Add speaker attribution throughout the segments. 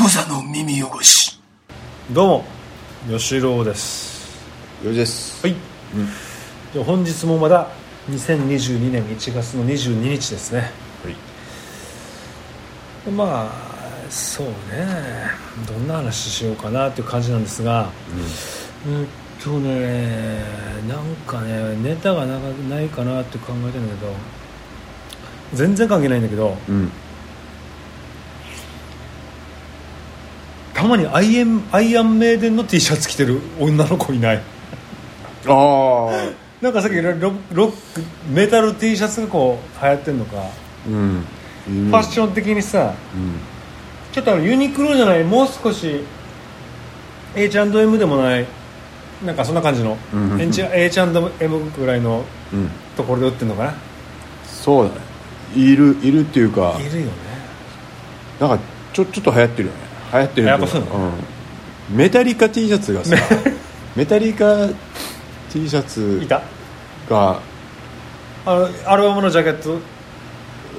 Speaker 1: 無座の耳汚し
Speaker 2: どうも吉郎です
Speaker 3: よじです
Speaker 2: はい、で本日もまだ2022年1月の22日ですねまあそうねどんな話しようかなっていう感じなんですがうんとねなんかねネタがなかないかなって考えてんだけど全然関係ないんだけど
Speaker 3: うん
Speaker 2: たまにアイエンアイアンメイデンの T シャツ着てる女の子いない
Speaker 3: ああ
Speaker 2: なんかさっきロロロックメタル T シャツがこう流行ってんのか、
Speaker 3: うん
Speaker 2: ファッション的にさ
Speaker 3: うん
Speaker 2: ちょっとあのユニクロじゃないもう少し H&M でもないなんかそんな感じの、
Speaker 3: うんうん
Speaker 2: H- H&M ぐらいの
Speaker 3: うん
Speaker 2: ところで売ってんのか
Speaker 3: そうだねいるいるっていうか
Speaker 2: ないるよね
Speaker 3: なんかちょちょっと流行ってるよね流行ってる
Speaker 2: やっぱそうな
Speaker 3: の、うん、メタリカ T シャツ がさメタリカ T シャツ
Speaker 2: いた
Speaker 3: が
Speaker 2: あのアルバムのジャケット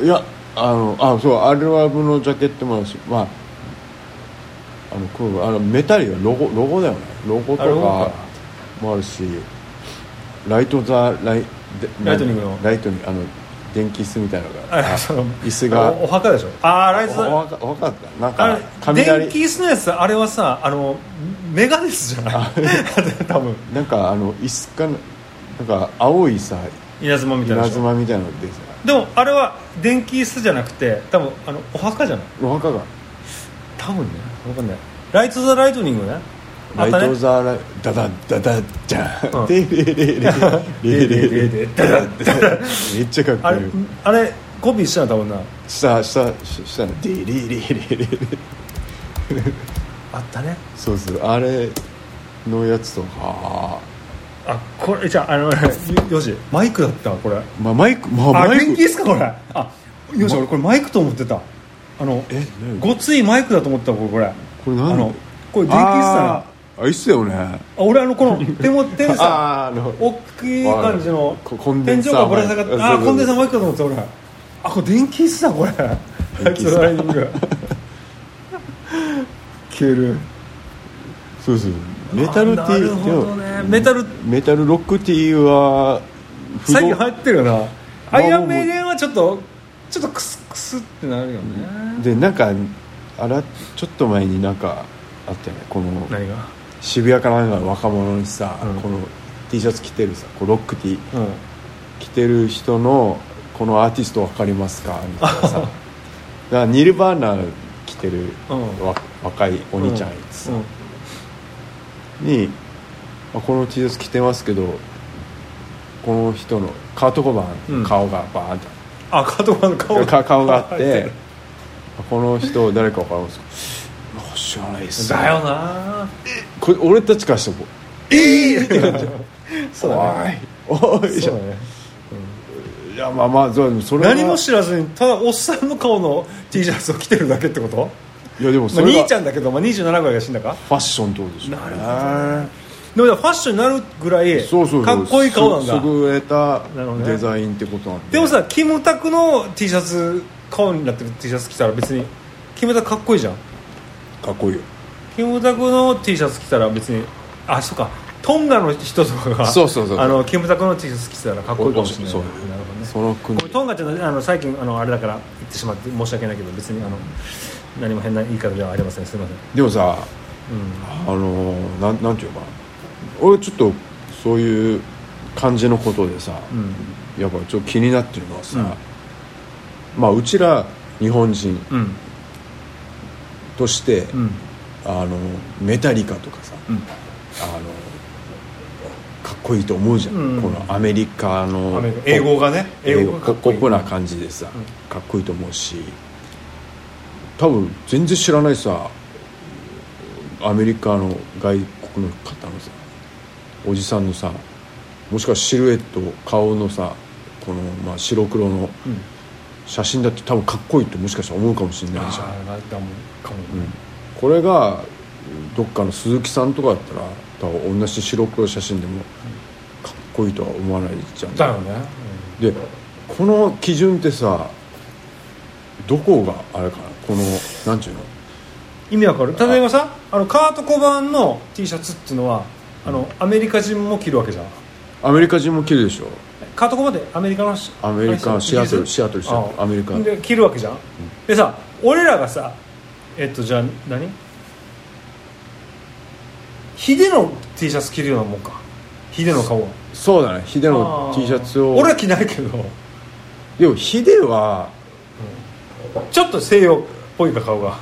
Speaker 3: いやあのあそうアルバムのジャケットもあるしまああのこうあのメタリカロゴロゴだよねロゴと
Speaker 2: あロゴ
Speaker 3: か
Speaker 2: か
Speaker 3: もあるしライトザライで
Speaker 2: ライトニングの
Speaker 3: ライトニングあの電気椅子みたいなのが
Speaker 2: あその
Speaker 3: 椅子が
Speaker 2: おお墓でしょああライト
Speaker 3: お
Speaker 2: さ
Speaker 3: 若若かったなん
Speaker 2: あ
Speaker 3: か
Speaker 2: れ
Speaker 3: 雷
Speaker 2: 電気椅子のやつあれはさあのメガネスじゃない 多分
Speaker 3: なんかあの椅子かななんか青いさ
Speaker 2: 稲妻みたいな
Speaker 3: 稲
Speaker 2: でしょ
Speaker 3: 妻みたいなのでさ
Speaker 2: でもあれは電気椅子じゃなくて多分あのお墓じゃない
Speaker 3: お墓が
Speaker 2: 多分ね分かんないライト・ザ・ライトニングね
Speaker 3: ライ
Speaker 2: また
Speaker 3: ト
Speaker 2: ね
Speaker 3: ザライダダダダじゃ
Speaker 2: うん
Speaker 3: んレレレレレレレレレダダダダめっちゃかっ
Speaker 2: あ
Speaker 3: こ
Speaker 2: れ
Speaker 3: いい
Speaker 2: あれコピーしたの多分な
Speaker 3: 下下下下のデレレレレレ
Speaker 2: あったね
Speaker 3: そうそうあれのやつとか
Speaker 2: あこれじゃああの よしマイクだったわこれあ
Speaker 3: まあマイクまあマイ
Speaker 2: 電気
Speaker 3: ク
Speaker 2: ですかこれあよし俺これマイクと思ってたあの
Speaker 3: え何
Speaker 2: ごついマイクだと思ってたこれこれ
Speaker 3: これ何
Speaker 2: あのこれ電気椅子だなあ
Speaker 3: あいいっすよね
Speaker 2: 俺あのこの手も手でさ
Speaker 3: ああの
Speaker 2: 大きい感じの
Speaker 3: こコンデ
Speaker 2: 天
Speaker 3: ン
Speaker 2: 井
Speaker 3: サー
Speaker 2: がぶら下がってあ
Speaker 3: そう
Speaker 2: ー
Speaker 3: そうそう
Speaker 2: コンデンサーマイクだと思って俺あこれ電気椅子だこれラ
Speaker 3: 電
Speaker 2: イ
Speaker 3: 気
Speaker 2: ト
Speaker 3: 椅子
Speaker 2: ザライトニング消える
Speaker 3: そうそうメタル T
Speaker 2: あなるほどねメタル
Speaker 3: メタルロックティーは不動
Speaker 2: 最近流行ってるよな
Speaker 3: あ
Speaker 2: アイアンメイデンはちょっとちょっとクスクスってなるよね
Speaker 3: でなんかあらちょっと前になんかあったよねこの
Speaker 2: 何が
Speaker 3: 渋谷からなんか若者にさ、
Speaker 2: うん
Speaker 3: この T シャツ着てるさこうロックティー
Speaker 2: うん
Speaker 3: 着てる人のこのアーティストわかりますかみたいな さだからニルバーナ着てる、
Speaker 2: うん
Speaker 3: わ若いお兄ちゃんいつさ、
Speaker 2: うん
Speaker 3: に、まあ、この T シャツ着てますけどこの人のカート・コバーンの顔がバーンと、
Speaker 2: あカートマンの顔
Speaker 3: か顔があっ
Speaker 2: 入
Speaker 3: て
Speaker 2: る
Speaker 3: あこの人誰かわかるんですか知らないっす
Speaker 2: だよな
Speaker 3: これ俺たちからしても
Speaker 2: ええってなっちゃうそうだね
Speaker 3: おいおい
Speaker 2: そうだね
Speaker 3: いやまあまあそうそれは
Speaker 2: 何も知らずにただおっさんの顔の T シャツを着てるだけってこと
Speaker 3: いやでもそ
Speaker 2: まあ、
Speaker 3: れが
Speaker 2: 兄ちゃ
Speaker 3: フ
Speaker 2: んだけど、まあ、27ぐらいが死んだか
Speaker 3: ァッションってことでしょ
Speaker 2: なる
Speaker 3: ほ
Speaker 2: でもファッションになるぐらい
Speaker 3: そうそうそう
Speaker 2: かっこいい顔なんだ
Speaker 3: す優れた
Speaker 2: なるほどね
Speaker 3: デザインってことなんで
Speaker 2: でもさキムタクの T シャツ顔になってる T シャツ着たら別にキムタクかっこいいじゃん
Speaker 3: かっこいいよ
Speaker 2: キムタクの T シャツ着たら別にあそっかトンガの人とかが
Speaker 3: そうそうそう
Speaker 2: あのキムタクの T シャツ着てたらかっこいいかもしれない
Speaker 3: そう
Speaker 2: なるほどね
Speaker 3: その国
Speaker 2: ごめんトンガっていうのはあの最近あのあれだから言ってしまって申し訳ないけど別にあの何も変な言い方ではありませんすいません、
Speaker 3: でもさ
Speaker 2: うん、
Speaker 3: あのなんなんていうのかな俺ちょっとそういう感じのことでさ、
Speaker 2: ん
Speaker 3: やっぱちょっと気になってるのはさ、まあうちら日本人
Speaker 2: うん
Speaker 3: として、
Speaker 2: うん
Speaker 3: あのメタリカとかさ、
Speaker 2: うん
Speaker 3: あのかっこいいと思うじゃん、
Speaker 2: うん
Speaker 3: このアメリカの
Speaker 2: アメリカ英語がね
Speaker 3: 英語
Speaker 2: が
Speaker 3: ポ
Speaker 2: かっ
Speaker 3: ッ
Speaker 2: こいい
Speaker 3: プな感じでさ、かっこいいと思うし多分全然知らないさアメリカの外国の方のさおじさんのさもしかしたらシルエット顔のさこの、まあ、白黒の
Speaker 2: うん
Speaker 3: 写真だって多分かっこいいってもしかしたら思うかもしれないじゃん
Speaker 2: あーなんかもうかもね
Speaker 3: これがどっかの鈴木さんとかだったら多分同じ白黒写真でもかっこいいとは思わないじゃん
Speaker 2: だよね、
Speaker 3: でこの基準ってさどこがあれかなこのなんていうの
Speaker 2: 意味わかる例えばさあのカート・コバーンの T シャツっていうのはあのアメリカ人も着るわけじゃん
Speaker 3: アメリカ人も着るでしょ
Speaker 2: カート・コバーンってアメリカのし
Speaker 3: アメリ
Speaker 2: あ
Speaker 3: カ
Speaker 2: れ
Speaker 3: シアトル
Speaker 2: イギリス
Speaker 3: シアトルシアトル
Speaker 2: あ
Speaker 3: アメリカ
Speaker 2: で着るわけじゃん、でさ俺らがさえっとじゃあ何ヒデの T シャツ着るようなもんかヒデの顔は
Speaker 3: そうだねヒデの
Speaker 2: あー
Speaker 3: T シャツを
Speaker 2: 俺は着ないけど
Speaker 3: でもヒデは
Speaker 2: ちょっと西洋っぽいか顔が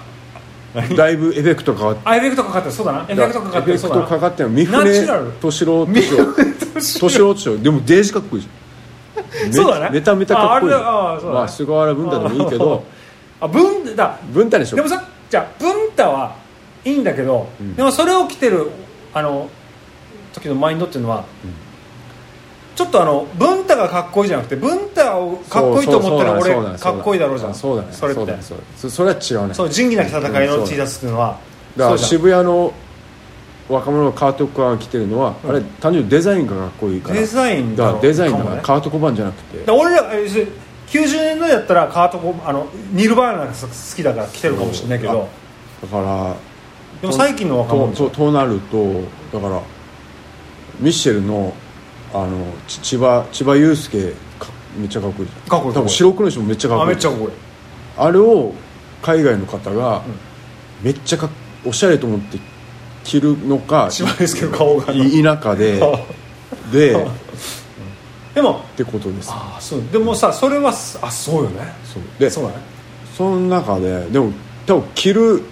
Speaker 3: だいぶエフェクトかかって
Speaker 2: あエフェクトかかってるそうだなエフェクトかかって
Speaker 3: エ
Speaker 2: る
Speaker 3: フェ
Speaker 2: そう
Speaker 3: ク
Speaker 2: だ
Speaker 3: トか
Speaker 2: な
Speaker 3: かってる三
Speaker 2: ナチ
Speaker 3: 船
Speaker 2: ュラル
Speaker 3: 敏郎
Speaker 2: 三
Speaker 3: 敏郎敏郎敏郎でもデージかっこいいじゃん
Speaker 2: そうだね
Speaker 3: めめためたかっこいいじゃん
Speaker 2: ああれだああそうだね
Speaker 3: まあ菅原文太でもいいけど
Speaker 2: あ文だ
Speaker 3: 文太でしょ
Speaker 2: でもさじゃあ文太はいいんだけど、
Speaker 3: うん
Speaker 2: でもそれを着てるあの時のマインドっていうのは、
Speaker 3: うん
Speaker 2: ちょっとあの文太がかっこいいじゃなくて文太をかっこいいと思ったら
Speaker 3: そうそうそうだ
Speaker 2: 俺
Speaker 3: ね
Speaker 2: かっこいいだろうじゃん
Speaker 3: そうだね
Speaker 2: それっ
Speaker 3: う
Speaker 2: て
Speaker 3: だねそうだねそそれは違うね
Speaker 2: そう仁義なき戦いの T シャツっていうのは
Speaker 3: だから
Speaker 2: そうじ
Speaker 3: 渋谷の若者のカートコバーン着てるのは、
Speaker 2: うん
Speaker 3: あれ単純にデザインがかっこいい
Speaker 2: ゃ
Speaker 3: か
Speaker 2: ん
Speaker 3: ら
Speaker 2: デザイン
Speaker 3: だからデザインだ
Speaker 2: か
Speaker 3: か
Speaker 2: も
Speaker 3: ら
Speaker 2: ね
Speaker 3: カートコバーンじゃなくて
Speaker 2: だから俺らえそれ90年代だったらカートコあのニルバーナが好きだから着てるかもしれないけど
Speaker 3: だから
Speaker 2: でも最近の若
Speaker 3: と
Speaker 2: 者
Speaker 3: ととなるとだからミッシェルのあのち千葉千葉雄介かめっちゃかっこいいじゃん
Speaker 2: かっこいい
Speaker 3: 多分白黒にしてもめっちゃかっ
Speaker 2: あ
Speaker 3: こい
Speaker 2: め
Speaker 3: い
Speaker 2: っちゃかっこいい
Speaker 3: あれを海外の方が
Speaker 2: ん
Speaker 3: めっちゃかっおしゃれと思って着るのか
Speaker 2: 芝居ですけど顔が
Speaker 3: い田舎 ででっ
Speaker 2: でも
Speaker 3: てことです
Speaker 2: ああそうでもさそれはすあそうよね
Speaker 3: そうで
Speaker 2: そうだね
Speaker 3: その中ででも多分着る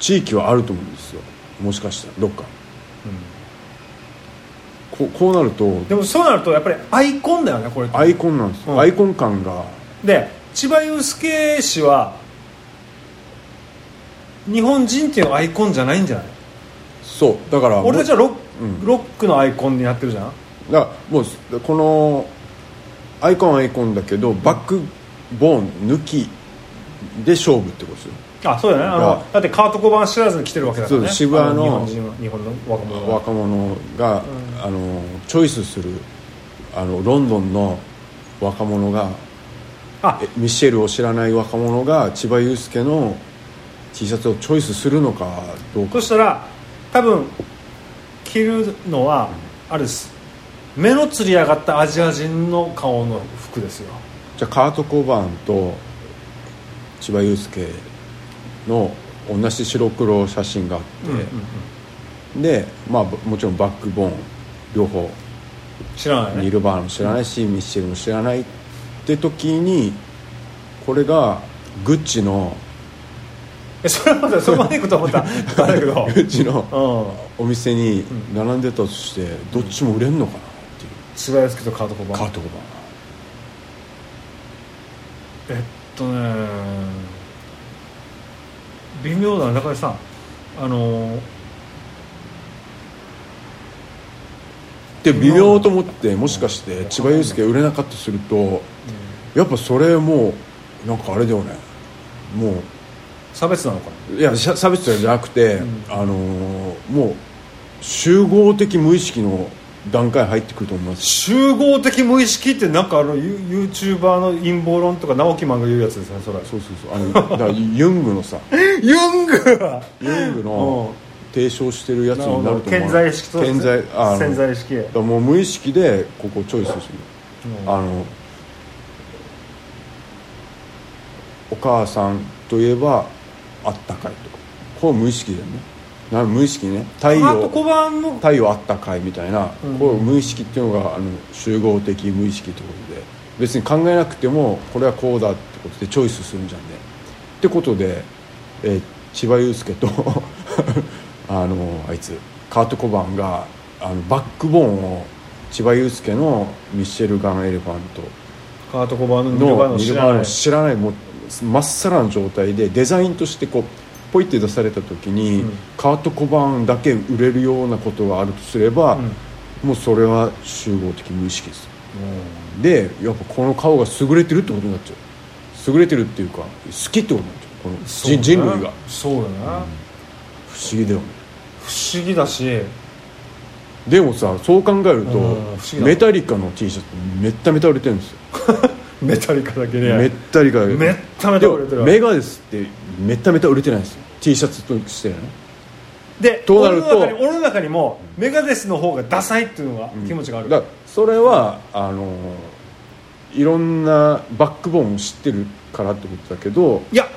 Speaker 3: 地域はあると思うんですよもしかしたらどっか、こうこうなると
Speaker 2: でもそうなるとやっぱりアイコンだよねこれって
Speaker 3: アイコンなんですよ、
Speaker 2: うん
Speaker 3: アイコン感が
Speaker 2: で千葉雄介氏は日本人っていうアイコンじゃないんじゃない
Speaker 3: そうだから
Speaker 2: 俺たちはロッ,、
Speaker 3: うん
Speaker 2: ロックのアイコンになってるじゃん
Speaker 3: だからもうこのアイコンはアイコンだけどバックボーン抜きで勝負ってことですよ
Speaker 2: あそうだねあ
Speaker 3: が
Speaker 2: のだってカート・コバーン知らずに来てるわけだからね
Speaker 3: そう渋谷の
Speaker 2: あ日本人は日本の若者は
Speaker 3: 若者が、あのチョイスするあのロンドンの若者が
Speaker 2: あ
Speaker 3: えミシェルを知らない若者が千葉雄介の T シャツをチョイスするのかどうか
Speaker 2: そしたら多分着るのはあれです目のつり上がったアジア人の顔の服ですよ
Speaker 3: じゃあカート・コバーンと千葉雄介の同じ白黒写真があって、
Speaker 2: うんうんうん
Speaker 3: で、まあ、ぼもちろんバックボーン両方
Speaker 2: 知らない
Speaker 3: ニ
Speaker 2: ね
Speaker 3: ルバーナも知らないし、ミッシェルも知らないって時にこれがグッチの
Speaker 2: えそれはまだそこまでいくと思っただけど
Speaker 3: グッチの
Speaker 2: うん
Speaker 3: お店に並んでたとしてどっちも売れんのかなっていう
Speaker 2: 千葉康介とカート・コバ
Speaker 3: カ
Speaker 2: ー
Speaker 3: ー
Speaker 2: ン
Speaker 3: ト・コバーン
Speaker 2: えっとね微妙だねだからさあの
Speaker 3: で微妙と思ってもしかして千葉雄介売れなかったとするとやっぱそれもうなんかあれだよねも
Speaker 2: 差別なのかな
Speaker 3: ういやしゃ差別じゃなくて、
Speaker 2: ん
Speaker 3: あのーもう集合的無意識の段階入ってくると思います
Speaker 2: 集合的無意識ってなんかあのユ YouTuber の陰謀論とか直木マンが言うやつですねそれ
Speaker 3: そうそうそうあのだからユングのさ
Speaker 2: ユング
Speaker 3: ユングの提唱してるやつになると思う
Speaker 2: 顕在意識と
Speaker 3: 顕在あの
Speaker 2: 潜在意識
Speaker 3: だからもう無意識でここチョイスする
Speaker 2: うん
Speaker 3: あのお母さんといえばあったかいとかこれ無意識だよねな無意識ね太
Speaker 2: ハート
Speaker 3: 陽
Speaker 2: 小判の
Speaker 3: 太陽あったかいみたいな、
Speaker 2: うん
Speaker 3: こう無意識っていうのがあの集合的無意識ってことで別に考えなくてもこれはこうだってことでチョイスするんじゃんねってことで、えー千葉雄介と あのあいつカート・コバンがあのバックボーンを千葉雄介のミッシェル・ガン・エレファント
Speaker 2: ハート小
Speaker 3: の
Speaker 2: 判の見るの
Speaker 3: ニ
Speaker 2: 知
Speaker 3: ル
Speaker 2: ら
Speaker 3: バー
Speaker 2: な
Speaker 3: ナ
Speaker 2: い
Speaker 3: の知らないもうまっさらな状態でデザインとしてこうポイって出された時に、
Speaker 2: うん
Speaker 3: カート・コバーンだけ売れるようなことがあるとすれば、
Speaker 2: うんうん
Speaker 3: もうそれは集合的無意識ですでやっぱこの顔が優れてるってことになっちゃう優れてるっていうか好きってことになっちゃうこの
Speaker 2: そう
Speaker 3: 人
Speaker 2: だね
Speaker 3: 人類が
Speaker 2: そうだな
Speaker 3: 不思議だよね
Speaker 2: 不思議だし
Speaker 3: でもさそう考える
Speaker 2: うん不思
Speaker 3: と
Speaker 2: 議だ
Speaker 3: メタリカの T シャツめっためた売れてるんですよ
Speaker 2: メタリカだけ
Speaker 3: めっ
Speaker 2: ね
Speaker 3: たりが
Speaker 2: めっためた売れてる
Speaker 3: でもメガデスってめっためた売れてないんですよ T シャツとしてね
Speaker 2: で
Speaker 3: となると
Speaker 2: 俺の中に俺の中にもメガデスの方がダサいっていうのが気持ちがある、
Speaker 3: だからそれはあのいろんなバックボーンを知ってるからってことだけど
Speaker 2: いや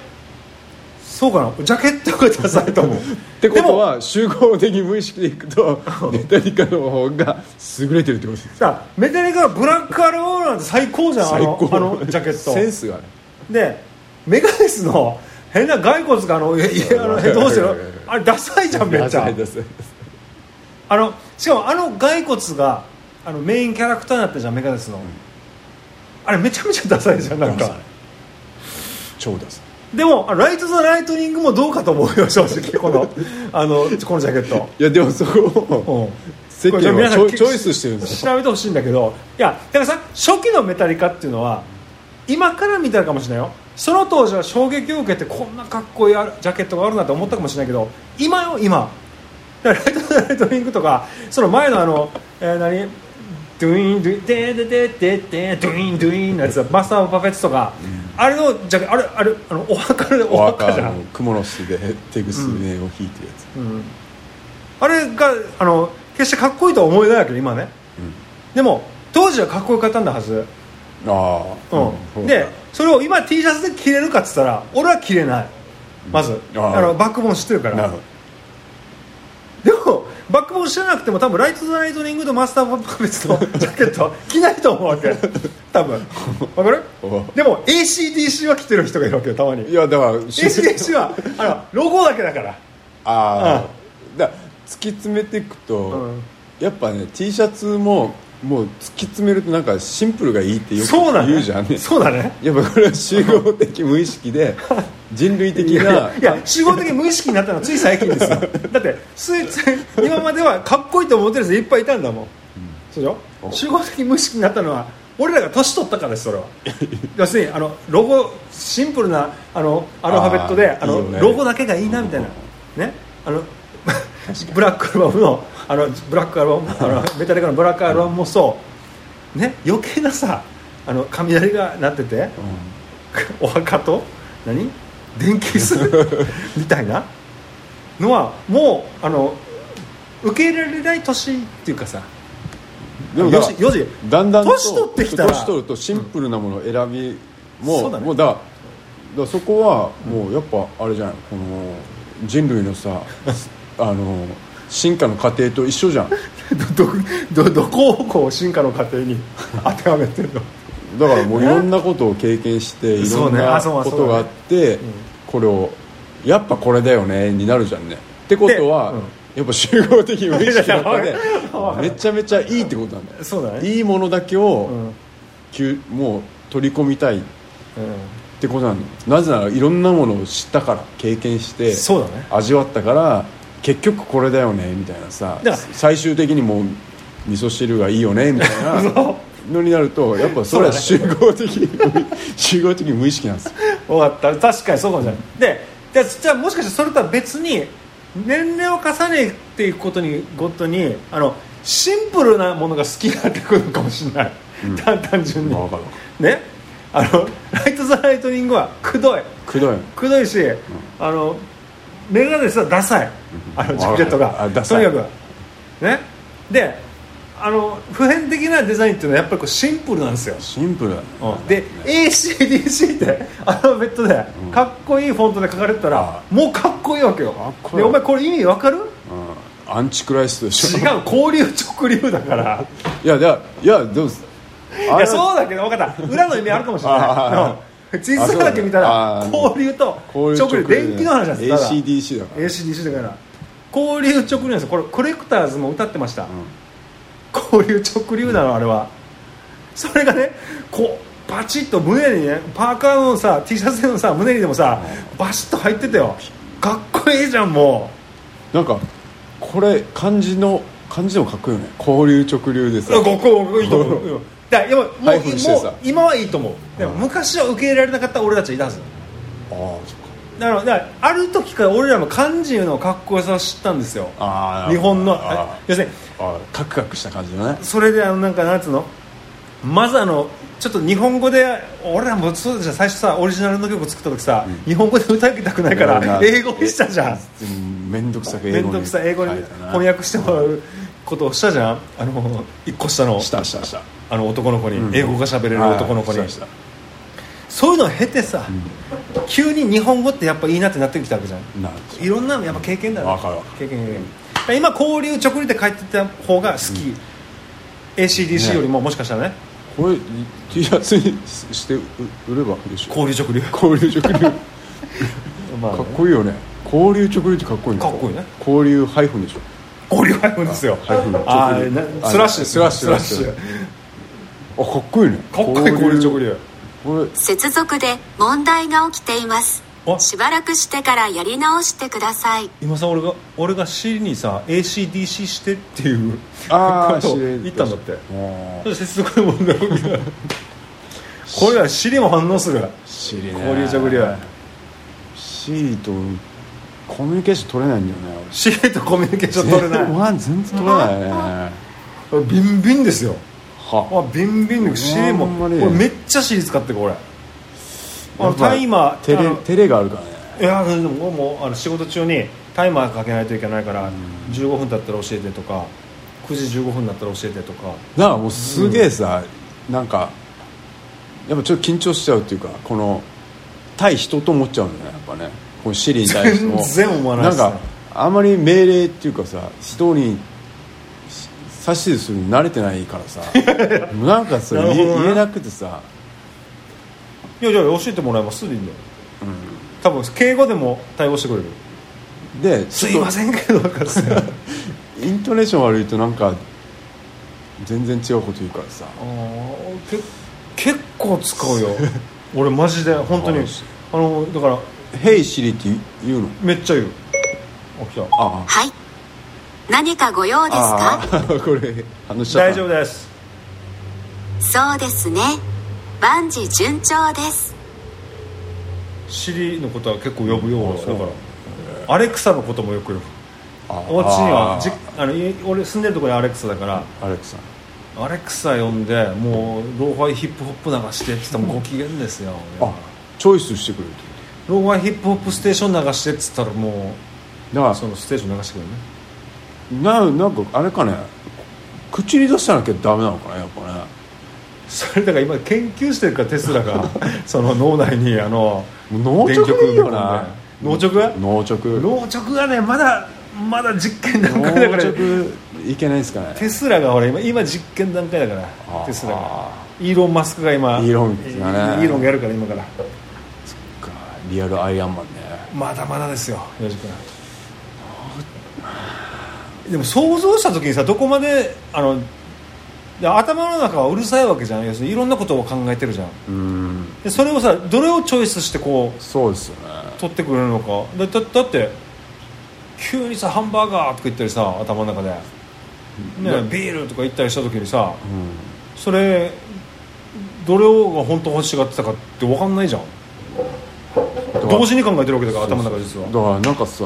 Speaker 2: そうかなジャケットがダサいと思う
Speaker 3: ってことは集合的無意識でいくとメタリカの方が優れてるってことです
Speaker 2: さメタリカのブラックアルバムなんて最高じゃんあのあのジャケット
Speaker 3: センスがね
Speaker 2: でメガネスの変な骸骨があのいやいやあのどうして るあれダサいじゃんめっちゃ
Speaker 3: ダサい
Speaker 2: あのしかもあの骸骨があのメインキャラクターになったじゃんメガネスの、あれめちゃめちゃダサいじゃんなん
Speaker 3: ダ
Speaker 2: か
Speaker 3: サい超ダサい
Speaker 2: でもあライト・ザ・ライトニングもどうかと思うよ正直このあのこのジャケ ット
Speaker 3: いやでもそこを
Speaker 2: うん
Speaker 3: 世間
Speaker 2: これ
Speaker 3: は
Speaker 2: 皆
Speaker 3: チ
Speaker 2: さん
Speaker 3: ョイチョイスしてるんですよ
Speaker 2: 調べてほしいんだけどいやだからさ初期のメタリカっていうのは今から見たらかもしれないよその当時は衝撃を受けてこんなかっこいいあるジャケットがあるなと思ったかもしれないけど今よ今だからライト・ライトニングとかその前のあの、えー何ドゥイーンドゥイーンデーデーデーデーデードゥイーンドゥイーンのやつだマスター・オブ・パペッツとか、あれのジャケあれあれあのお墓でお
Speaker 3: お
Speaker 2: 墓
Speaker 3: 墓
Speaker 2: じゃ
Speaker 3: の
Speaker 2: ん、
Speaker 3: 蜘蛛の巣で手ぐすねを引いてるやつ、
Speaker 2: うんあれがあの決してかっこいいとは思えないわけど今ねでも当時はかっこよかったんだはず、
Speaker 3: ああ
Speaker 2: うん
Speaker 3: そう
Speaker 2: でそれを今 T シャツで着れるかっつったら俺は着れないまず、
Speaker 3: あー
Speaker 2: あのバックボーン知ってるか
Speaker 3: なる
Speaker 2: ら
Speaker 3: ほど
Speaker 2: でもバックボーン知らなくても多分ライト・ザ・ライトニングとマスター・パンパベツのジャケットは着ないと思うわけ多分わかる
Speaker 3: お
Speaker 2: でも ACDC は着てる人がいるわけよたま
Speaker 3: い
Speaker 2: に
Speaker 3: やだから
Speaker 2: ACDC はあのロゴだけだから
Speaker 3: ああだから突き詰めていくと、
Speaker 2: うん
Speaker 3: やっぱね T シャツももう突き詰めるとなんかシンプルがいいってよく
Speaker 2: そうだね
Speaker 3: 言うじゃんね
Speaker 2: そうだね
Speaker 3: やっぱこれは集合的無意識 で人類的ない
Speaker 2: や集合的に無意識になったのはつい最近ですよだってついつい今まではかっこいいと思ってる人いっぱいいたんだもん、そうでしょ
Speaker 3: お
Speaker 2: 集合的に無意識になったのは俺らが年取ったからですそ れは要するにあのロゴシンプルなあのアルファベットで
Speaker 3: あ
Speaker 2: あ
Speaker 3: ー
Speaker 2: の
Speaker 3: いいよね
Speaker 2: ロゴだけがいいなみたいなねあのブラックアルバムのあのブラックアルバムあのメタリカのブラックアルバムもそう、ね、余計なさあの雷が鳴ってて、お墓と何電気す るみたいなのはもうあの受け入れられない年っていうかさ
Speaker 3: でもだ
Speaker 2: よ
Speaker 3: か
Speaker 2: しよし
Speaker 3: らだんだんと
Speaker 2: 年取ってきたら
Speaker 3: 年取るとシンプルなものを選び、
Speaker 2: そ
Speaker 3: も
Speaker 2: う
Speaker 3: う
Speaker 2: だね
Speaker 3: もうだだからそこはもうやっぱあれじゃんこの人類の さあの進化の過程と一緒じゃん
Speaker 2: どどどどこをこう進化の過程 に当てはめてるの
Speaker 3: だからもういろんなことを経験してい
Speaker 2: そ
Speaker 3: ろ
Speaker 2: うんね
Speaker 3: な
Speaker 2: あそうだ
Speaker 3: こ
Speaker 2: そうだ
Speaker 3: とがあってこれをやっぱこれだよねになるじゃんねってことは
Speaker 2: で
Speaker 3: や
Speaker 2: うん
Speaker 3: っぱ集合的無意識だった
Speaker 2: い
Speaker 3: で
Speaker 2: やわか
Speaker 3: め
Speaker 2: る
Speaker 3: ちゃめちゃいいってことなんだよ
Speaker 2: そうだね
Speaker 3: いいものだけを
Speaker 2: うんうん
Speaker 3: きゅもう取り込みたいってことなんだよなぜならいろんなものを知ったから経験して
Speaker 2: そうだね
Speaker 3: 味わったから結局これだよねみたいなさ
Speaker 2: だから
Speaker 3: 最終的にもう味噌汁がいいよねみたい なのになるとやっぱそれは
Speaker 2: そ
Speaker 3: 集合的、 集合的無意識なんですよ
Speaker 2: 分かった確かにそうかもしれない、ででじゃあもしかしてそれとは別に年齢を重ねていくことにごとにあのシンプルなものが好きになってくるのかもしれない、単単純に、
Speaker 3: まあわかるわか
Speaker 2: ねあのライト・ザ・ライトニングはくどい
Speaker 3: くどい
Speaker 2: くどいし、あのメガネスはダサいあのジャケットが
Speaker 3: あダサい
Speaker 2: とにかくねであの普遍的なデザインっていうのはやっぱりこうシンプルなんですよ
Speaker 3: シンプルだね
Speaker 2: で ACDC ってアルファベットでかっこいいフォントで書かれてたら、もうかっこいいわけよ
Speaker 3: かっこいい
Speaker 2: でお前これ意味わかる
Speaker 3: うんアンチクライストでし
Speaker 2: 違
Speaker 3: ょ
Speaker 2: う交流直流だから
Speaker 3: いやいやいやでも
Speaker 2: い
Speaker 3: あれ
Speaker 2: やそうだけど分かった裏の意味あるかもしれ
Speaker 3: あ
Speaker 2: ないうん小さだけ見たら
Speaker 3: あそうだねあー
Speaker 2: 交流と
Speaker 3: こういう
Speaker 2: 直流電気の話なんですただ
Speaker 3: ACDC だから
Speaker 2: ACDC だから交流直流なんですよこれコレクターズも歌ってました、
Speaker 3: ん
Speaker 2: 交流直流なのあれは、それがねこうバチッと胸にねパーカーのさ T シャツのさ胸にでもさ、バシッと入ってたよかっこいいじゃんも
Speaker 3: なんかこれ漢字の漢字でもかっこいいよね交流直流で
Speaker 2: う
Speaker 3: さ
Speaker 2: ごこ ういいと思ううんだから今も
Speaker 3: ハイ
Speaker 2: う
Speaker 3: フンして
Speaker 2: も
Speaker 3: さ
Speaker 2: う今はいいと思うでも昔は受け入れられなかった俺たちはいたはず
Speaker 3: あーそっか
Speaker 2: だからだからある時から俺らも漢字のかっこよさを知ったんですよ
Speaker 3: あー
Speaker 2: 日本の
Speaker 3: あ
Speaker 2: 要するに
Speaker 3: ーあーカクカクした感じだね
Speaker 2: それであのなんかなんつうのまずあのちょっと日本語で俺らもそうじゃん最初さオリジナルの曲作った時さ、日本語で歌いたくないか
Speaker 3: だからら
Speaker 2: 英語にしたじゃん
Speaker 3: うん面倒くさく
Speaker 2: 面倒くさい英語に
Speaker 3: 書いたな
Speaker 2: 翻訳してもらうことをしたじゃんあの一個下の
Speaker 3: したしたした
Speaker 2: あの男の子に、
Speaker 3: うん
Speaker 2: 英語が喋れる男の子に
Speaker 3: はいしたした
Speaker 2: そういうのを経てさ、急に日本語ってやっぱいいなってなってきたわけじゃん
Speaker 3: なる
Speaker 2: いろんなのやっぱ経験だね
Speaker 3: わかるわか
Speaker 2: 経験経験今交流直流で帰ってた方が好き、ACDC よりももしかしたらね
Speaker 3: これ T シャツにして売ればいいでしょ
Speaker 2: 交流直流、
Speaker 3: 交流直流 か
Speaker 2: まあね
Speaker 3: っこいいよね交流直流ってかっこいいの
Speaker 2: かっこいいね
Speaker 3: 交流ハイフンでしょ
Speaker 2: 交流ハイフンですよ
Speaker 3: ハイフン
Speaker 2: あ
Speaker 3: 直流
Speaker 2: ーな
Speaker 3: あ
Speaker 2: スラッシュ
Speaker 3: スラッシュ
Speaker 2: スラッシュ
Speaker 3: あかっこいいね
Speaker 2: かっこいい交流直流
Speaker 3: これ
Speaker 1: 接続で問題が起きています
Speaker 2: あ
Speaker 1: しばらくしてからやり直してください
Speaker 2: 今さ俺が俺が C にさ ACDC してっていう
Speaker 3: ああ
Speaker 2: ことを言ったんだって
Speaker 3: あ
Speaker 2: それ接続の問題起き たこれら C にも反応する
Speaker 3: シリ
Speaker 2: 交流直流
Speaker 3: シリとコミュニケーション取れないんだよね
Speaker 2: C とコミュニケーション取れない
Speaker 3: 俺ワン全然取れないね
Speaker 2: ビンビンですよ
Speaker 3: は
Speaker 2: あビンビンで C も
Speaker 3: ほんま
Speaker 2: 俺
Speaker 3: に
Speaker 2: めっちゃ C 使ってるこれあ
Speaker 3: や
Speaker 2: の
Speaker 3: っぱ
Speaker 2: タイマー
Speaker 3: 照
Speaker 2: あ
Speaker 3: れ
Speaker 2: の
Speaker 3: 照れがあるからね
Speaker 2: いやでも俺もあの仕事中にタイマーかけないといけないから、15分経ったら教えてとか9時15分になったら教えてとか
Speaker 3: だからもうすげえさ、なんかやっぱちょっと緊張しちゃうっていうかこの対人と思っちゃうんだよねやっぱねこのシリに対しても
Speaker 2: 全然思わないっ
Speaker 3: ん
Speaker 2: すね
Speaker 3: かあんまり命令っていうかさ人にし指図するの慣れてないから さなんかそれ言え
Speaker 2: なるほどね
Speaker 3: 言えなくてさ
Speaker 2: いやいや教えてもらえますでいいんだよ、多分敬語でも対応してくれる
Speaker 3: です
Speaker 2: いま
Speaker 3: ん
Speaker 2: せんけどとかさ
Speaker 3: イントネーション悪いとなんか全然違うこと言うからさ
Speaker 2: あーけ結構使う よ俺マジで本当に
Speaker 3: はい
Speaker 2: あのだから
Speaker 3: 「ヘイシリ」って言うの
Speaker 2: めっちゃ言うあ来た
Speaker 3: あ
Speaker 1: はい何かご用です
Speaker 3: あ
Speaker 1: か
Speaker 3: ああこれ話しちゃ
Speaker 2: 大
Speaker 3: った
Speaker 2: 丈夫です
Speaker 1: そうですね万事順調です
Speaker 2: シリのことは結構呼ぶよ俺は
Speaker 3: そう
Speaker 2: だからアレクサのこともよく呼ぶ
Speaker 3: あ
Speaker 2: お家にはじ
Speaker 3: あ
Speaker 2: あのい俺住んでるところにアレクサだから、
Speaker 3: アレックさん
Speaker 2: アレクサ呼んでもうローファイヒップホップ流してって言ったらもうご機嫌ですよ俺
Speaker 3: あ
Speaker 2: は
Speaker 3: チョイスしてくれるってこ
Speaker 2: ローファイヒップホップステーション流してって言ったらも
Speaker 3: とだ
Speaker 2: う
Speaker 3: か
Speaker 2: そのステーション流してくれるね
Speaker 3: らななんかあれかね口に出さなきゃダメなのかなやっぱね
Speaker 2: それだから今研究してるからテスラ がその脳内にあの
Speaker 3: もう脳直でいいよな
Speaker 2: 電極埋め込んで
Speaker 3: 脳直
Speaker 2: 脳直がねまだまだ実験段階だ
Speaker 3: 脳
Speaker 2: から
Speaker 3: 直いけないですかね
Speaker 2: テスラがほら今今実験段階だから
Speaker 3: あー
Speaker 2: テスラがイーロン・マスクが今
Speaker 3: イーロンですね
Speaker 2: イーロンがやるから今から
Speaker 3: かリアルアイアンマンね
Speaker 2: まだまだですよよじくんでも想像した時にさどこまであので頭の中はうるさいわけじゃん要するにいろんなことを考えてるじゃん
Speaker 3: うん
Speaker 2: でそれをさどれをチョイスしてこう
Speaker 3: そうですよね
Speaker 2: 取ってくれるのかだだだって急にさハンバーガーとか言ったりさ頭の中で、ね、ビールとか言ったりした時にさ
Speaker 3: うん
Speaker 2: それどれをが本当欲しがってたかって分かんないじゃん同時に考えてるわけだから頭の中で実は
Speaker 3: だからなんかさ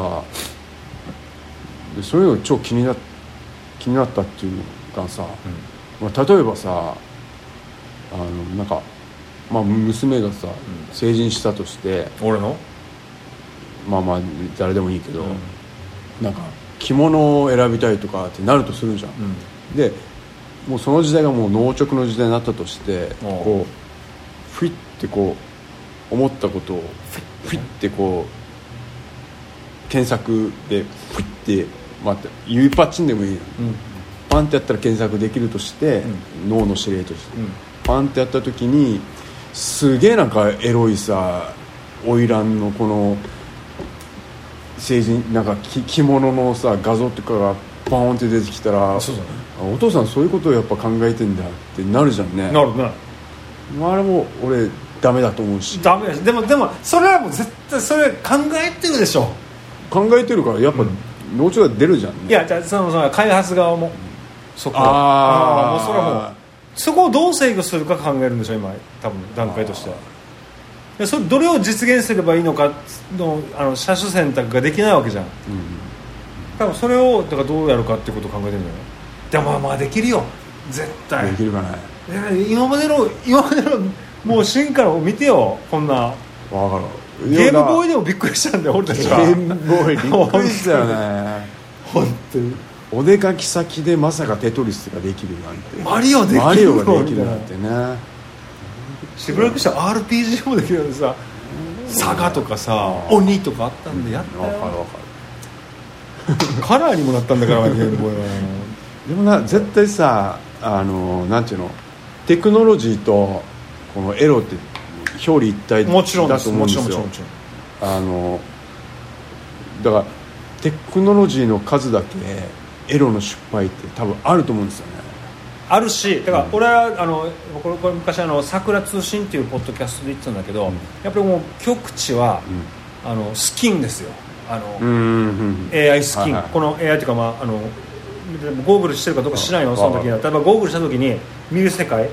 Speaker 3: でそういうの超気にな気になったっていうかさ、まあ、例えばさあのなんか、まあ、娘がさ、成人したとして
Speaker 2: 俺の
Speaker 3: まあまあ誰でもいいけど、なんか着物を選びたいとかってなるとするじゃん、でもうその時代がもう農直の時代になったとして
Speaker 2: おう
Speaker 3: こうフィッてこう思ったことをフィッてこう検索でフィッて、まあ、指パッチンでもいいの
Speaker 2: うん
Speaker 3: パンってやったら検索できるとして、脳の指令として、
Speaker 2: うん
Speaker 3: パンってやった時にすげえなんかエロいさ花魁のこの成人なんかき着物のさ画像とかがバーンって出てきたら
Speaker 2: そうだね
Speaker 3: あお父さんそういうことをやっぱ考えてんだってなるじゃんね
Speaker 2: なるね
Speaker 3: まああれも俺ダメだと思うし
Speaker 2: ダメだしでもでもそれはもう絶対それ考えてるでしょ
Speaker 3: 考えてるからやっぱ脳中が出るじゃんね
Speaker 2: いやじゃあそのその開発側もそこは
Speaker 3: あー
Speaker 2: ーもうそれはもうそこをどう制御するか考えるんでしょ今多分段階としてはでそれどれを実現すればいいのかのあの車種選択ができないわけじゃん、多分それをだからどうやるかってことを考えてるんじゃないでもまあまあできるよ絶対
Speaker 3: できるかね
Speaker 2: 今までの今までのもう進化を見てよこんな
Speaker 3: 分かる
Speaker 2: ゲームボーイ
Speaker 3: イ
Speaker 2: でもびっくりしたんだよ俺た
Speaker 3: ゲ
Speaker 2: ちは
Speaker 3: ームボーイびっくりしたよね
Speaker 2: 本当に
Speaker 3: お出かけ先でまさかテトリスができるなんて
Speaker 2: マリオできるの
Speaker 3: マリオができるなんてね
Speaker 2: しばらくしたら RPG もできるのにさサガとかさ鬼とかあったんでやっ
Speaker 3: 分
Speaker 2: た
Speaker 3: かる分
Speaker 2: よ
Speaker 3: かる
Speaker 2: カラーにもなったんだからゲームボーイは
Speaker 3: でもな絶対さあのなんていうのテクノロジーとこのエロって表裏一体
Speaker 2: もちろんで
Speaker 3: だ
Speaker 2: す
Speaker 3: と思う
Speaker 2: も
Speaker 3: んで
Speaker 2: ち
Speaker 3: すよ
Speaker 2: ろんもちろんもちろん
Speaker 3: あのだからテクノロジーの数だけエロの失敗って多分あると思うんですよね
Speaker 2: あるしだから俺はあのこれこれ昔あの「桜通信」っていうポッドキャストで言ってたんだけど、
Speaker 3: うん
Speaker 2: やっぱりもう極地は、あのスキンですよあの、
Speaker 3: うん
Speaker 2: AI スキン、
Speaker 3: はいはい
Speaker 2: この AI っていうか、まあ、あのゴーグルしてるかどうか知らんよ
Speaker 3: うん
Speaker 2: その時には例えばゴーグルした時に見る世界、例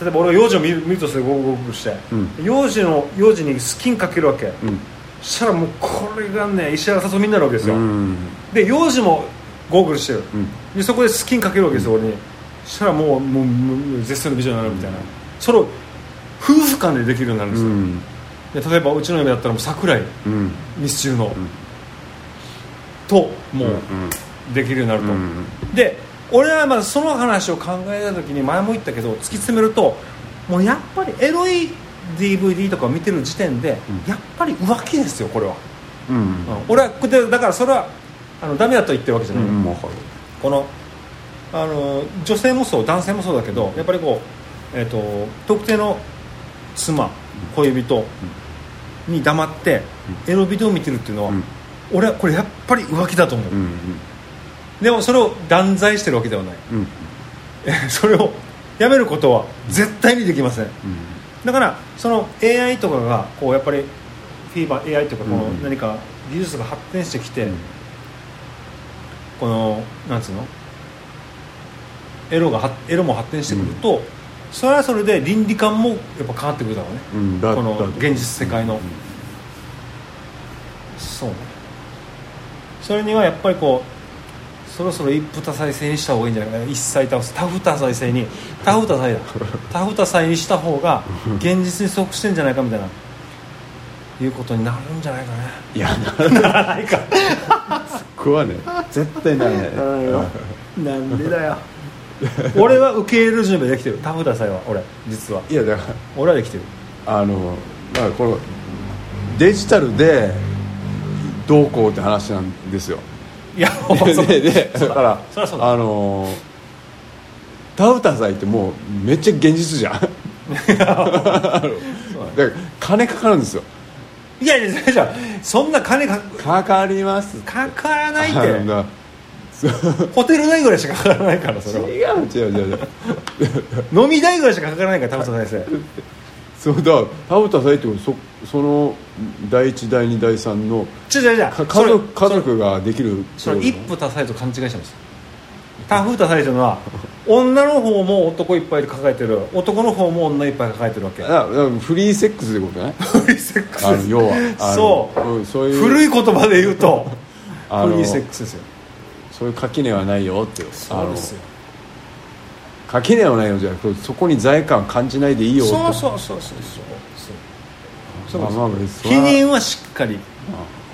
Speaker 2: えば俺が幼児を見る見るとするゴーグルして、
Speaker 3: う
Speaker 2: 幼児の幼児にスキンかけるわけ、
Speaker 3: うん
Speaker 2: そしたらもうこれがね石原さとみになるわけです
Speaker 3: う
Speaker 2: よ、
Speaker 3: ん
Speaker 2: で幼児もゴーグルしてる、
Speaker 3: うん
Speaker 2: でそこでスキンかけるわけですよ、俺にそしたらもうもうもう絶世の美女になるみたいな、それを夫婦間でできるようになるん
Speaker 3: う
Speaker 2: ですよ、
Speaker 3: ん
Speaker 2: で例えばうちの嫁だったらもう桜井
Speaker 3: うん
Speaker 2: ミスチルの、ともうできるようになると、
Speaker 3: うん
Speaker 2: で俺はまあその話を考えた時に前も言ったけど突き詰めるともうやっぱりエロい DVD とかを見てる時点で、
Speaker 3: うん
Speaker 2: やっぱり浮気ですよこれは、
Speaker 3: うん
Speaker 2: うん俺はこれでだからそれはあのダメだと言ってるわけじゃ
Speaker 3: う
Speaker 2: ない、
Speaker 3: ん分かる
Speaker 2: このあの女性もそう男性もそうだけどやっぱりこう、えっと特定の妻恋人に黙ってエロビデオを見てるっていうのは、
Speaker 3: うん
Speaker 2: 俺はこれやっぱり浮気だと思う、
Speaker 3: うん
Speaker 2: でもそれを断罪してるわけではない
Speaker 3: うんうん
Speaker 2: それをやめることは絶対にできませんだからその AI とかがこうやっぱりフィーバー AI とかこの
Speaker 3: うん
Speaker 2: 何か技術が発展してきて、
Speaker 3: うん
Speaker 2: このなんつうのエロがはエロも発展してくると、それはそれで倫理観もやっぱ変わってくるだろうね
Speaker 3: うんだ
Speaker 2: この
Speaker 3: だ
Speaker 2: 現実世界のそうねそれにはやっぱりこうそろそろ一夫多妻制にした方がいいんじゃないかな一妻多夫多夫多妻制に多夫多 妻だ多夫多妻にした方が現実に即してんじゃないかみたいないうことになるんじゃないかね
Speaker 3: いや
Speaker 2: ならないか
Speaker 3: 僕はね絶対ならない
Speaker 2: ならないよなんでだよ 俺は受け入れる準備できてるタフださえは俺実はい
Speaker 3: やだから
Speaker 2: 俺はできてる
Speaker 3: あのまあこのデジタルでどうこうって話なんですよ
Speaker 2: いやお前そう
Speaker 3: ででだから
Speaker 2: そりゃそうだ
Speaker 3: あのタウタサイってもうめっちゃ現実 じゃんだから金かかるんですよ
Speaker 2: いやいやいやいやそんな金か
Speaker 3: かかります
Speaker 2: かからないっ
Speaker 3: あの
Speaker 2: て
Speaker 3: な
Speaker 2: ホテル代ぐらいしかかからないからそれは
Speaker 3: 違う違う違う違う
Speaker 2: 飲み代ぐらいしかかからないから田畑先
Speaker 3: そ
Speaker 2: 生
Speaker 3: うだタウタサイってそその第一第二第三の
Speaker 2: ちょちょちょ
Speaker 3: か
Speaker 2: そ
Speaker 3: 家
Speaker 2: れ
Speaker 3: 族家族ができる
Speaker 2: それ一夫多妻と勘違いしてますタフ多妻というのは女の方も男いっぱい抱えてる男の方も女いっぱい抱えてるわけ
Speaker 3: だからフリーセックスってことね
Speaker 2: フリーセックス
Speaker 3: あの要はあの
Speaker 2: そう、
Speaker 3: んそういう
Speaker 2: 古い言葉で言うと
Speaker 3: あの
Speaker 2: フリーセックスですよ
Speaker 3: そういう垣根はないよっていう
Speaker 2: そうですよ
Speaker 3: あの垣根はないよじゃなくてそこに罪感感じないでいいよって
Speaker 2: そうそうそうそうそうそう
Speaker 3: まあまあ
Speaker 2: そう
Speaker 3: 別に
Speaker 2: 避妊はしっかり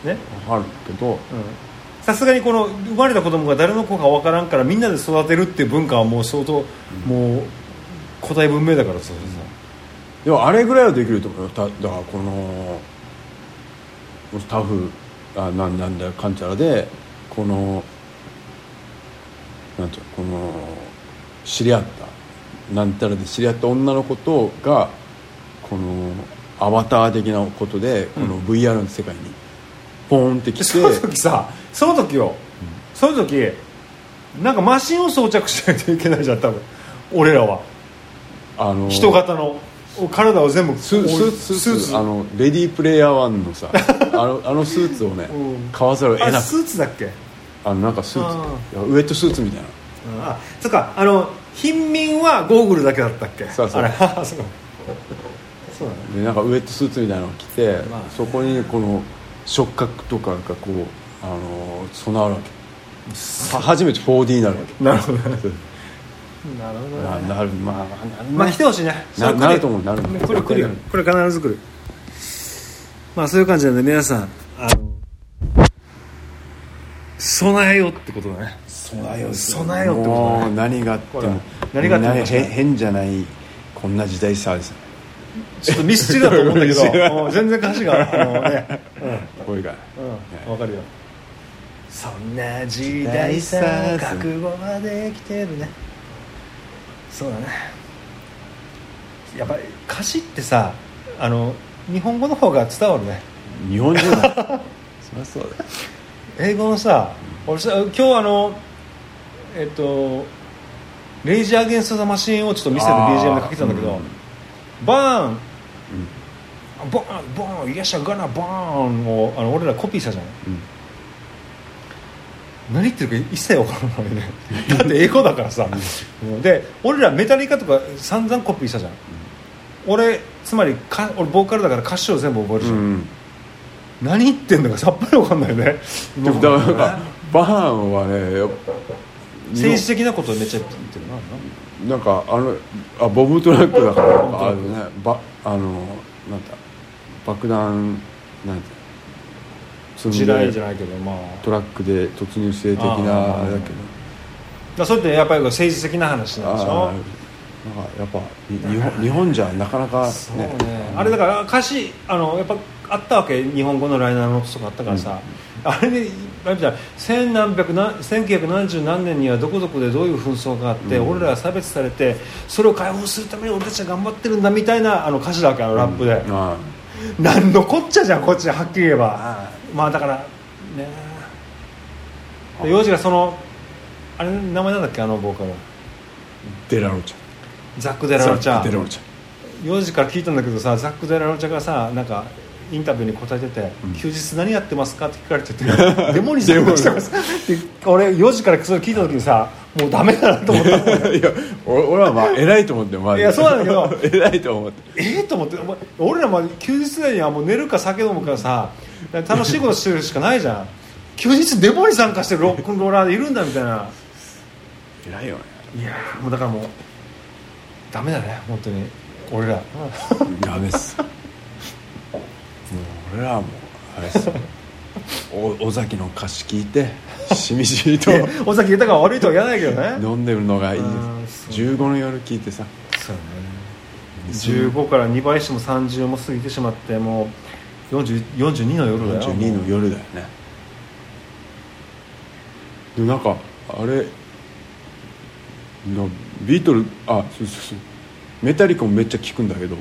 Speaker 2: ね
Speaker 3: あるけど
Speaker 2: うんさすがにこの生まれた子供が誰の子か分からんからみんなで育てるっていう文化はもう相当、もう古代文明だからそうそうそう
Speaker 3: でもあれぐらいはできると思うよただからこのタフあなんなんだかんちゃらでこのなんていうのこの知り合ったなんたらで知り合った女の子とがこのアバター的なことでこの VR の世界にポーンって
Speaker 2: で
Speaker 3: 来
Speaker 2: そ
Speaker 3: て、
Speaker 2: の時さその時よ、その時なんかマシンを装着しないといけないじゃん多分俺らは
Speaker 3: あの
Speaker 2: 人型の体を全部
Speaker 3: スー
Speaker 2: こう
Speaker 3: スーツスーツあのレディープレイヤー1のさあのあのスーツをね
Speaker 2: うん
Speaker 3: 買わざるを得
Speaker 2: あ
Speaker 3: な
Speaker 2: ス
Speaker 3: く
Speaker 2: ーツだっけ
Speaker 3: あのなんかスーツウエットスーツみたいな
Speaker 2: あそっかあの貧民はゴーグルだけだったっけ
Speaker 3: そうそう
Speaker 2: あれ そうかそうだね
Speaker 3: でなんかウエットスーツみたいなの着て、
Speaker 2: まあね
Speaker 3: そこにこの触覚とかがこうあの備わるわけは初めて 4D になるわけ
Speaker 2: なるほどね なるほ
Speaker 3: な
Speaker 2: どね
Speaker 3: なるまあなる
Speaker 2: まあ来てほしいね
Speaker 3: ななると思うなる
Speaker 2: これ来るよこれ必ず来るまあそういう感じなんで皆さんあの備えようってことだね
Speaker 3: 備え
Speaker 2: よ
Speaker 3: よ
Speaker 2: う
Speaker 3: う
Speaker 2: 備えようってことだね
Speaker 3: もう何があって
Speaker 2: ほら
Speaker 3: も
Speaker 2: 何があっても
Speaker 3: なへ
Speaker 2: 確かに
Speaker 3: 変じゃないこんな時代さです
Speaker 2: ちょっと密室だと思うん だけ
Speaker 3: 密室
Speaker 2: どうん全然歌詞があのね
Speaker 3: これが
Speaker 2: うんうんわかるよそんな時代さ
Speaker 3: 時代さ
Speaker 2: 覚悟まで来てるねそうだねやっぱり歌詞ってさあの日本語の方が伝わるね
Speaker 3: 日本人だそりゃそうだ
Speaker 2: 英語のさ俺さ今日あのえっと「レイジ・アゲンスト・ザ・マシン」をちょっと見せてる
Speaker 3: あー
Speaker 2: BGM でかけてたんだけど、
Speaker 3: うん
Speaker 2: バーン、ボーンボーン「Yes, I'm gonna burn」をあの俺らコピーしたじゃん
Speaker 3: うん
Speaker 2: 何言ってるか一切分から ないねだって英語だからさうんで俺らメタリカとか散々コピーしたじゃん、俺つまりか俺ボーカルだから歌詞を全部覚えるじゃん、
Speaker 3: うん
Speaker 2: 何言ってんのかさっぱり分かんないね
Speaker 3: でもだからなんかバーンはねやっぱ
Speaker 2: 政治的なことをめっちゃ言ってるな
Speaker 3: なんかあのあボブ・トラックだからなんかあ
Speaker 2: ボ
Speaker 3: の
Speaker 2: ブ
Speaker 3: ねばあのなんだ爆弾なんだそ
Speaker 2: 地雷じゃないけどまあ
Speaker 3: トラックで突入性的
Speaker 2: あ
Speaker 3: な
Speaker 2: ー
Speaker 3: あれだけど
Speaker 2: だそれってやっぱり政治的な話なんでし
Speaker 3: あ
Speaker 2: ょ
Speaker 3: ーなんかやっぱに日本日本じゃなかなか
Speaker 2: そうね
Speaker 3: ね
Speaker 2: あれだから歌詞あのやっぱあったわけ日本語のライナーのとかあったからさ、あれであれみたいな千何百な1970何年にはどこどこでどういう紛争があって、俺らは差別されてそれを解放するために俺たちは頑張ってるんだみたいなあの歌詞だわけあのラップで、
Speaker 3: あ
Speaker 2: なんのこっちゃじゃんこっちははっきり言えばまあだからねで幼児がそのあれ名前なんだっけあのボーカル
Speaker 3: ーデラロち
Speaker 2: ザック・
Speaker 3: ゃ
Speaker 2: デ
Speaker 3: ん
Speaker 2: ラロちゃん
Speaker 3: デラロちゃん
Speaker 2: 幼児から聞いたんだけどさザック・デラロちゃんがさなんかインタビューに答えてて、休日何やってますか?」って聞かれてて 「デモに参加してます」って俺幼児からそれ聞いた時にさもうダメだなと思った
Speaker 3: いや俺俺はまあ偉いと思ってまあ
Speaker 2: いやそうなんだけど
Speaker 3: 偉いと思って
Speaker 2: えー、と思ってお前俺らまあ休日内にはもう寝るか酒飲むかさ楽しいことしてるしかないじゃん休日デモに参加してるロックンローラーでいるんだみたいな
Speaker 3: 偉いよね
Speaker 2: いやーもうだからもうダメだね本当に俺 ら
Speaker 3: ダメっすもう俺らはもうあれっすお尾崎の歌詞聞いてしみじみ と
Speaker 2: 尾崎豊が悪いとは言わないけど ね
Speaker 3: 飲んでるのがいいで
Speaker 2: あーそう
Speaker 3: す15の夜聞いてさ
Speaker 2: そうね15から2倍しても30も過ぎてしまってもう40 42の夜だよ
Speaker 3: 42の夜だよねでなんかあれのビートルあそうそうそうメタリコもめっちゃ聞くんだけど、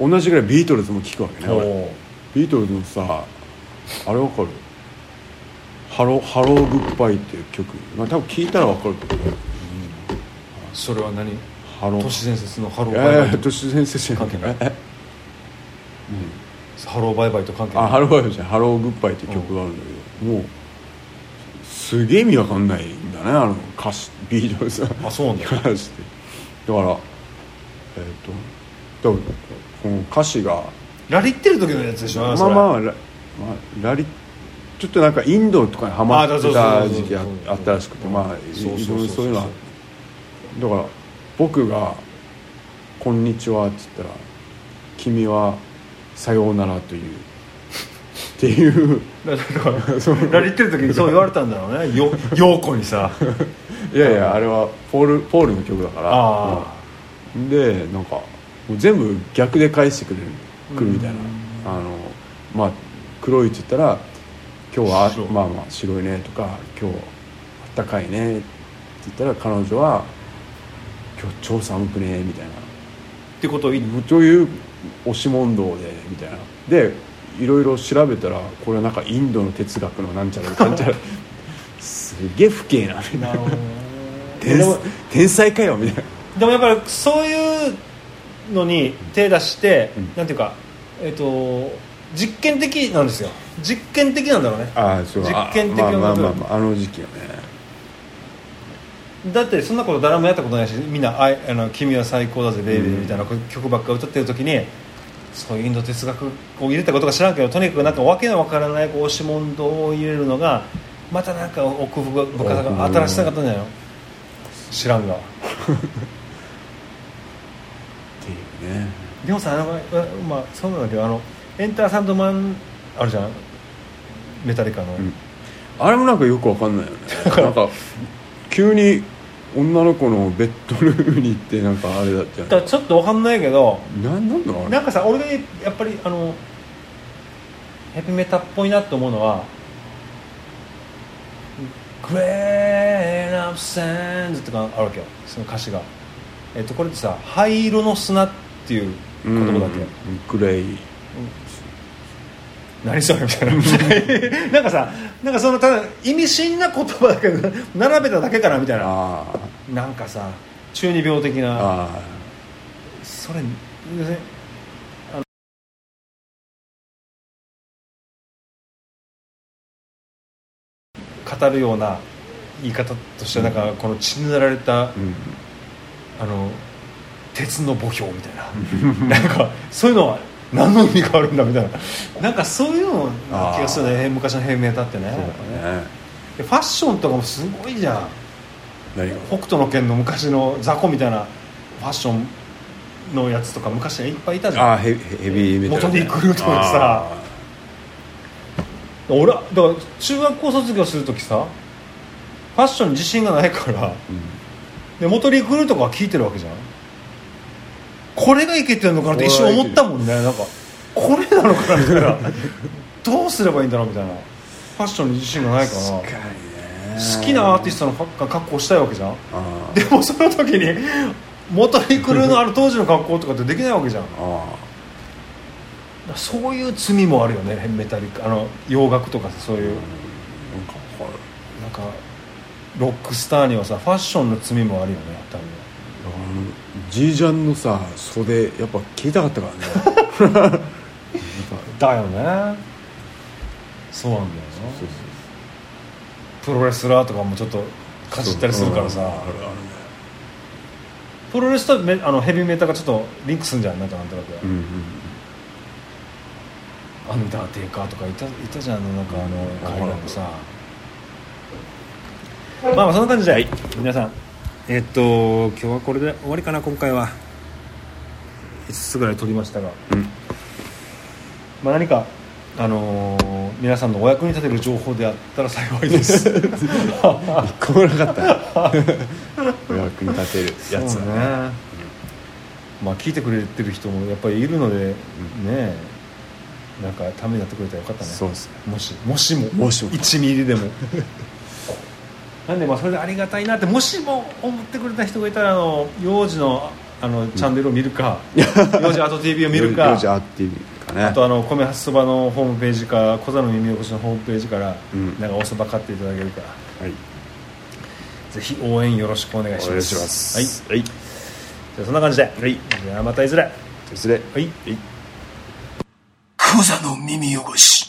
Speaker 3: 同じぐらいビートルズも聞くわけね
Speaker 2: うん、
Speaker 3: 俺
Speaker 2: おー
Speaker 3: ビートルズのさあれわかるハロ「ハローグッバイ」っていう曲、まあ、多分聞いたらわかると思う
Speaker 2: それは何
Speaker 3: ハロー
Speaker 2: 都市伝説のハロー
Speaker 3: い
Speaker 2: バイ
Speaker 3: や
Speaker 2: バ
Speaker 3: い
Speaker 2: イ
Speaker 3: や
Speaker 2: と
Speaker 3: 都市伝説じゃ
Speaker 2: 関係ない
Speaker 3: ない
Speaker 2: ハローバイバイと関係ない
Speaker 3: あハローバイバイじゃないハローグッバイっていう曲があるんだけど、もうすげえ意味わかんないんだねあの歌詞ビートルズの
Speaker 2: あそうなんだ
Speaker 3: 歌詞ってだからえっ、と多分この歌詞が
Speaker 2: ラリってる時のやつでしょ
Speaker 3: まあ
Speaker 2: それ
Speaker 3: まあラ,、まあ、ラリちょっとなんかインドとかにハマって
Speaker 2: あ
Speaker 3: た
Speaker 2: そうそうそうそう
Speaker 3: 時期ああったらしくてまあい
Speaker 2: そう
Speaker 3: い
Speaker 2: そうそ
Speaker 3: ろい
Speaker 2: うそう
Speaker 3: ろそういうのはだから僕が「こんにちは」っつったら「君はさようなら」というっていう
Speaker 2: だからラリってる時にそう言われたんだろうねよ 陽子に さ
Speaker 3: いやいやあれはポールポールの曲だから
Speaker 2: あ
Speaker 3: うんでなんかもう全部逆で返してくれるくるみたいなあのまあ黒いって言ったら「今日は
Speaker 2: 白い
Speaker 3: まあまあ白いね」とか「今日あったかいね」って言ったら彼女は「今日超寒くね」みたいな
Speaker 2: あってことを言い
Speaker 3: そういう押し問答でみたいなでいろいろ調べたらこれはなんかインドの哲学のなんちゃらなんちゃらすげえ不敬 なみたいな
Speaker 2: なるほどね
Speaker 3: 天
Speaker 2: でも
Speaker 3: 天才かよみたいな
Speaker 2: でもやっぱりそういうのに手出して、
Speaker 3: うん
Speaker 2: なんていうかえっ、と実験的なんですよ実験的なんだろうね
Speaker 3: ああそう
Speaker 2: 実験的な
Speaker 3: あまあまあまあ、
Speaker 2: 部分
Speaker 3: まあ、あの時期よね
Speaker 2: だってそんなこと誰もやったことないしみんなあいあの「君は最高だぜベイビー」みたいな曲ばっか歌ってる時にそういうインド哲学を入れたことか知らんけどとにかくなんか訳のわからないこう押し問答を入れるのがまたなんか奥深さが新しさがあったんじゃないの知らんが
Speaker 3: ていうね
Speaker 2: でもさあの、あまあ、そうなんだけどあのエンターサンドマンあるじゃんメタリカの、
Speaker 3: んあれもなんかよくわかんない よねなんか急に女の子のベッドルームに行ってなんかあれだった
Speaker 2: だか
Speaker 3: よ
Speaker 2: らちょっとわかんないけど
Speaker 3: ねなんなんだろうあれ
Speaker 2: なんかさ俺がやっぱりあのヘビメタっぽいなって思うのは「グレーナップサンズ」とかあるわけよその歌詞が、えっと、これってさ「灰色の砂」っていう
Speaker 3: う
Speaker 2: 言葉
Speaker 3: ん
Speaker 2: だっけ、
Speaker 3: グレイ
Speaker 2: 何それみたいな なんかさなんかそのただ意味深な言葉だけど並べただけかなみたいな
Speaker 3: あー
Speaker 2: なんかさ中二病的な
Speaker 3: あ
Speaker 2: それ要するにあの語るような言い方としてなんかこの血塗られた、
Speaker 3: ーうん
Speaker 2: あの鉄の墓標みたい ななんかそういうのは何の意味があるんだみたいななんかそういうのな気がするね昔の平面だってね
Speaker 3: そうだね
Speaker 2: でファッションとかもすごいじゃん
Speaker 3: 何が
Speaker 2: 北斗の拳の昔の雑魚みたいなファッションのやつとか昔はいっぱいいたじゃん
Speaker 3: ああヘヘビーメタル
Speaker 2: 元に来るとかさ
Speaker 3: あ
Speaker 2: 俺はだから中学校卒業する時さファッションに自信がないから
Speaker 3: ーうん
Speaker 2: で元リクルーとかは聞いてるわけじゃんこれがいけてるのかなって一瞬思ったもんねなんかこれなのかなみたいなどうすればいいんだろうみたいなファッションに自信がないから
Speaker 3: 確
Speaker 2: 好
Speaker 3: かにね
Speaker 2: きなアーティストのファッ格好したいわけじゃん
Speaker 3: あー
Speaker 2: でもその時に元リクルーのあの当時の格好とかってできないわけじゃんだか
Speaker 3: あ
Speaker 2: らそういう罪もあるよねメタリックあの洋楽とかさそうい
Speaker 3: ー
Speaker 2: う
Speaker 3: なんかこれ
Speaker 2: なんかロックスターにはさファッションの罪もあるよね多分
Speaker 3: あのじいちゃんのさ袖やっぱ聞いたかったからねなんか
Speaker 2: だよねそうなんだよな
Speaker 3: そうそう
Speaker 2: プロレスラーとかもちょっとかじったりするからさ、
Speaker 3: うんあるあるね
Speaker 2: プロレスとめあのヘビーメーターがちょっとリンクすんじゃんなんかなんとなく、
Speaker 3: うんうん
Speaker 2: アンダーテイカーとかいたいたじゃんあのなんかあの
Speaker 3: うん
Speaker 2: 海外のさまあまあそんな感じで、皆さんえっと今日はこれで終わりかな今回は5つぐらい撮りましたが、
Speaker 3: うん
Speaker 2: まあ何かあのー皆さんのお役に立てる情報であったら幸いで す
Speaker 3: 一個もなかった お役に立てるやつ
Speaker 2: そうね
Speaker 3: だね、
Speaker 2: まあ聞いてくれてる人もやっぱりいるので、ねえなんかためになってくれたらよかったね
Speaker 3: そうですね
Speaker 2: もしもしも
Speaker 3: もしも
Speaker 2: 1ミリでも なんでまあそれでありがたいなってもしも思ってくれた人がいたらあの幼児のあのチャンネルを見る か、幼児アート TV を見るか
Speaker 3: じゃあっていうかね
Speaker 2: あとあの米八そばのホームページか小座の耳起こしのホームページから、
Speaker 3: うん
Speaker 2: なんかおそば買っていただけるから
Speaker 3: はい
Speaker 2: ぜひ応援よろしくお願いします
Speaker 3: お願いします
Speaker 2: はい
Speaker 3: はい、はい、
Speaker 2: じゃあそんな感じで、じゃあまたいずれ
Speaker 3: 失礼
Speaker 2: はい
Speaker 3: はい
Speaker 4: クザの耳汚し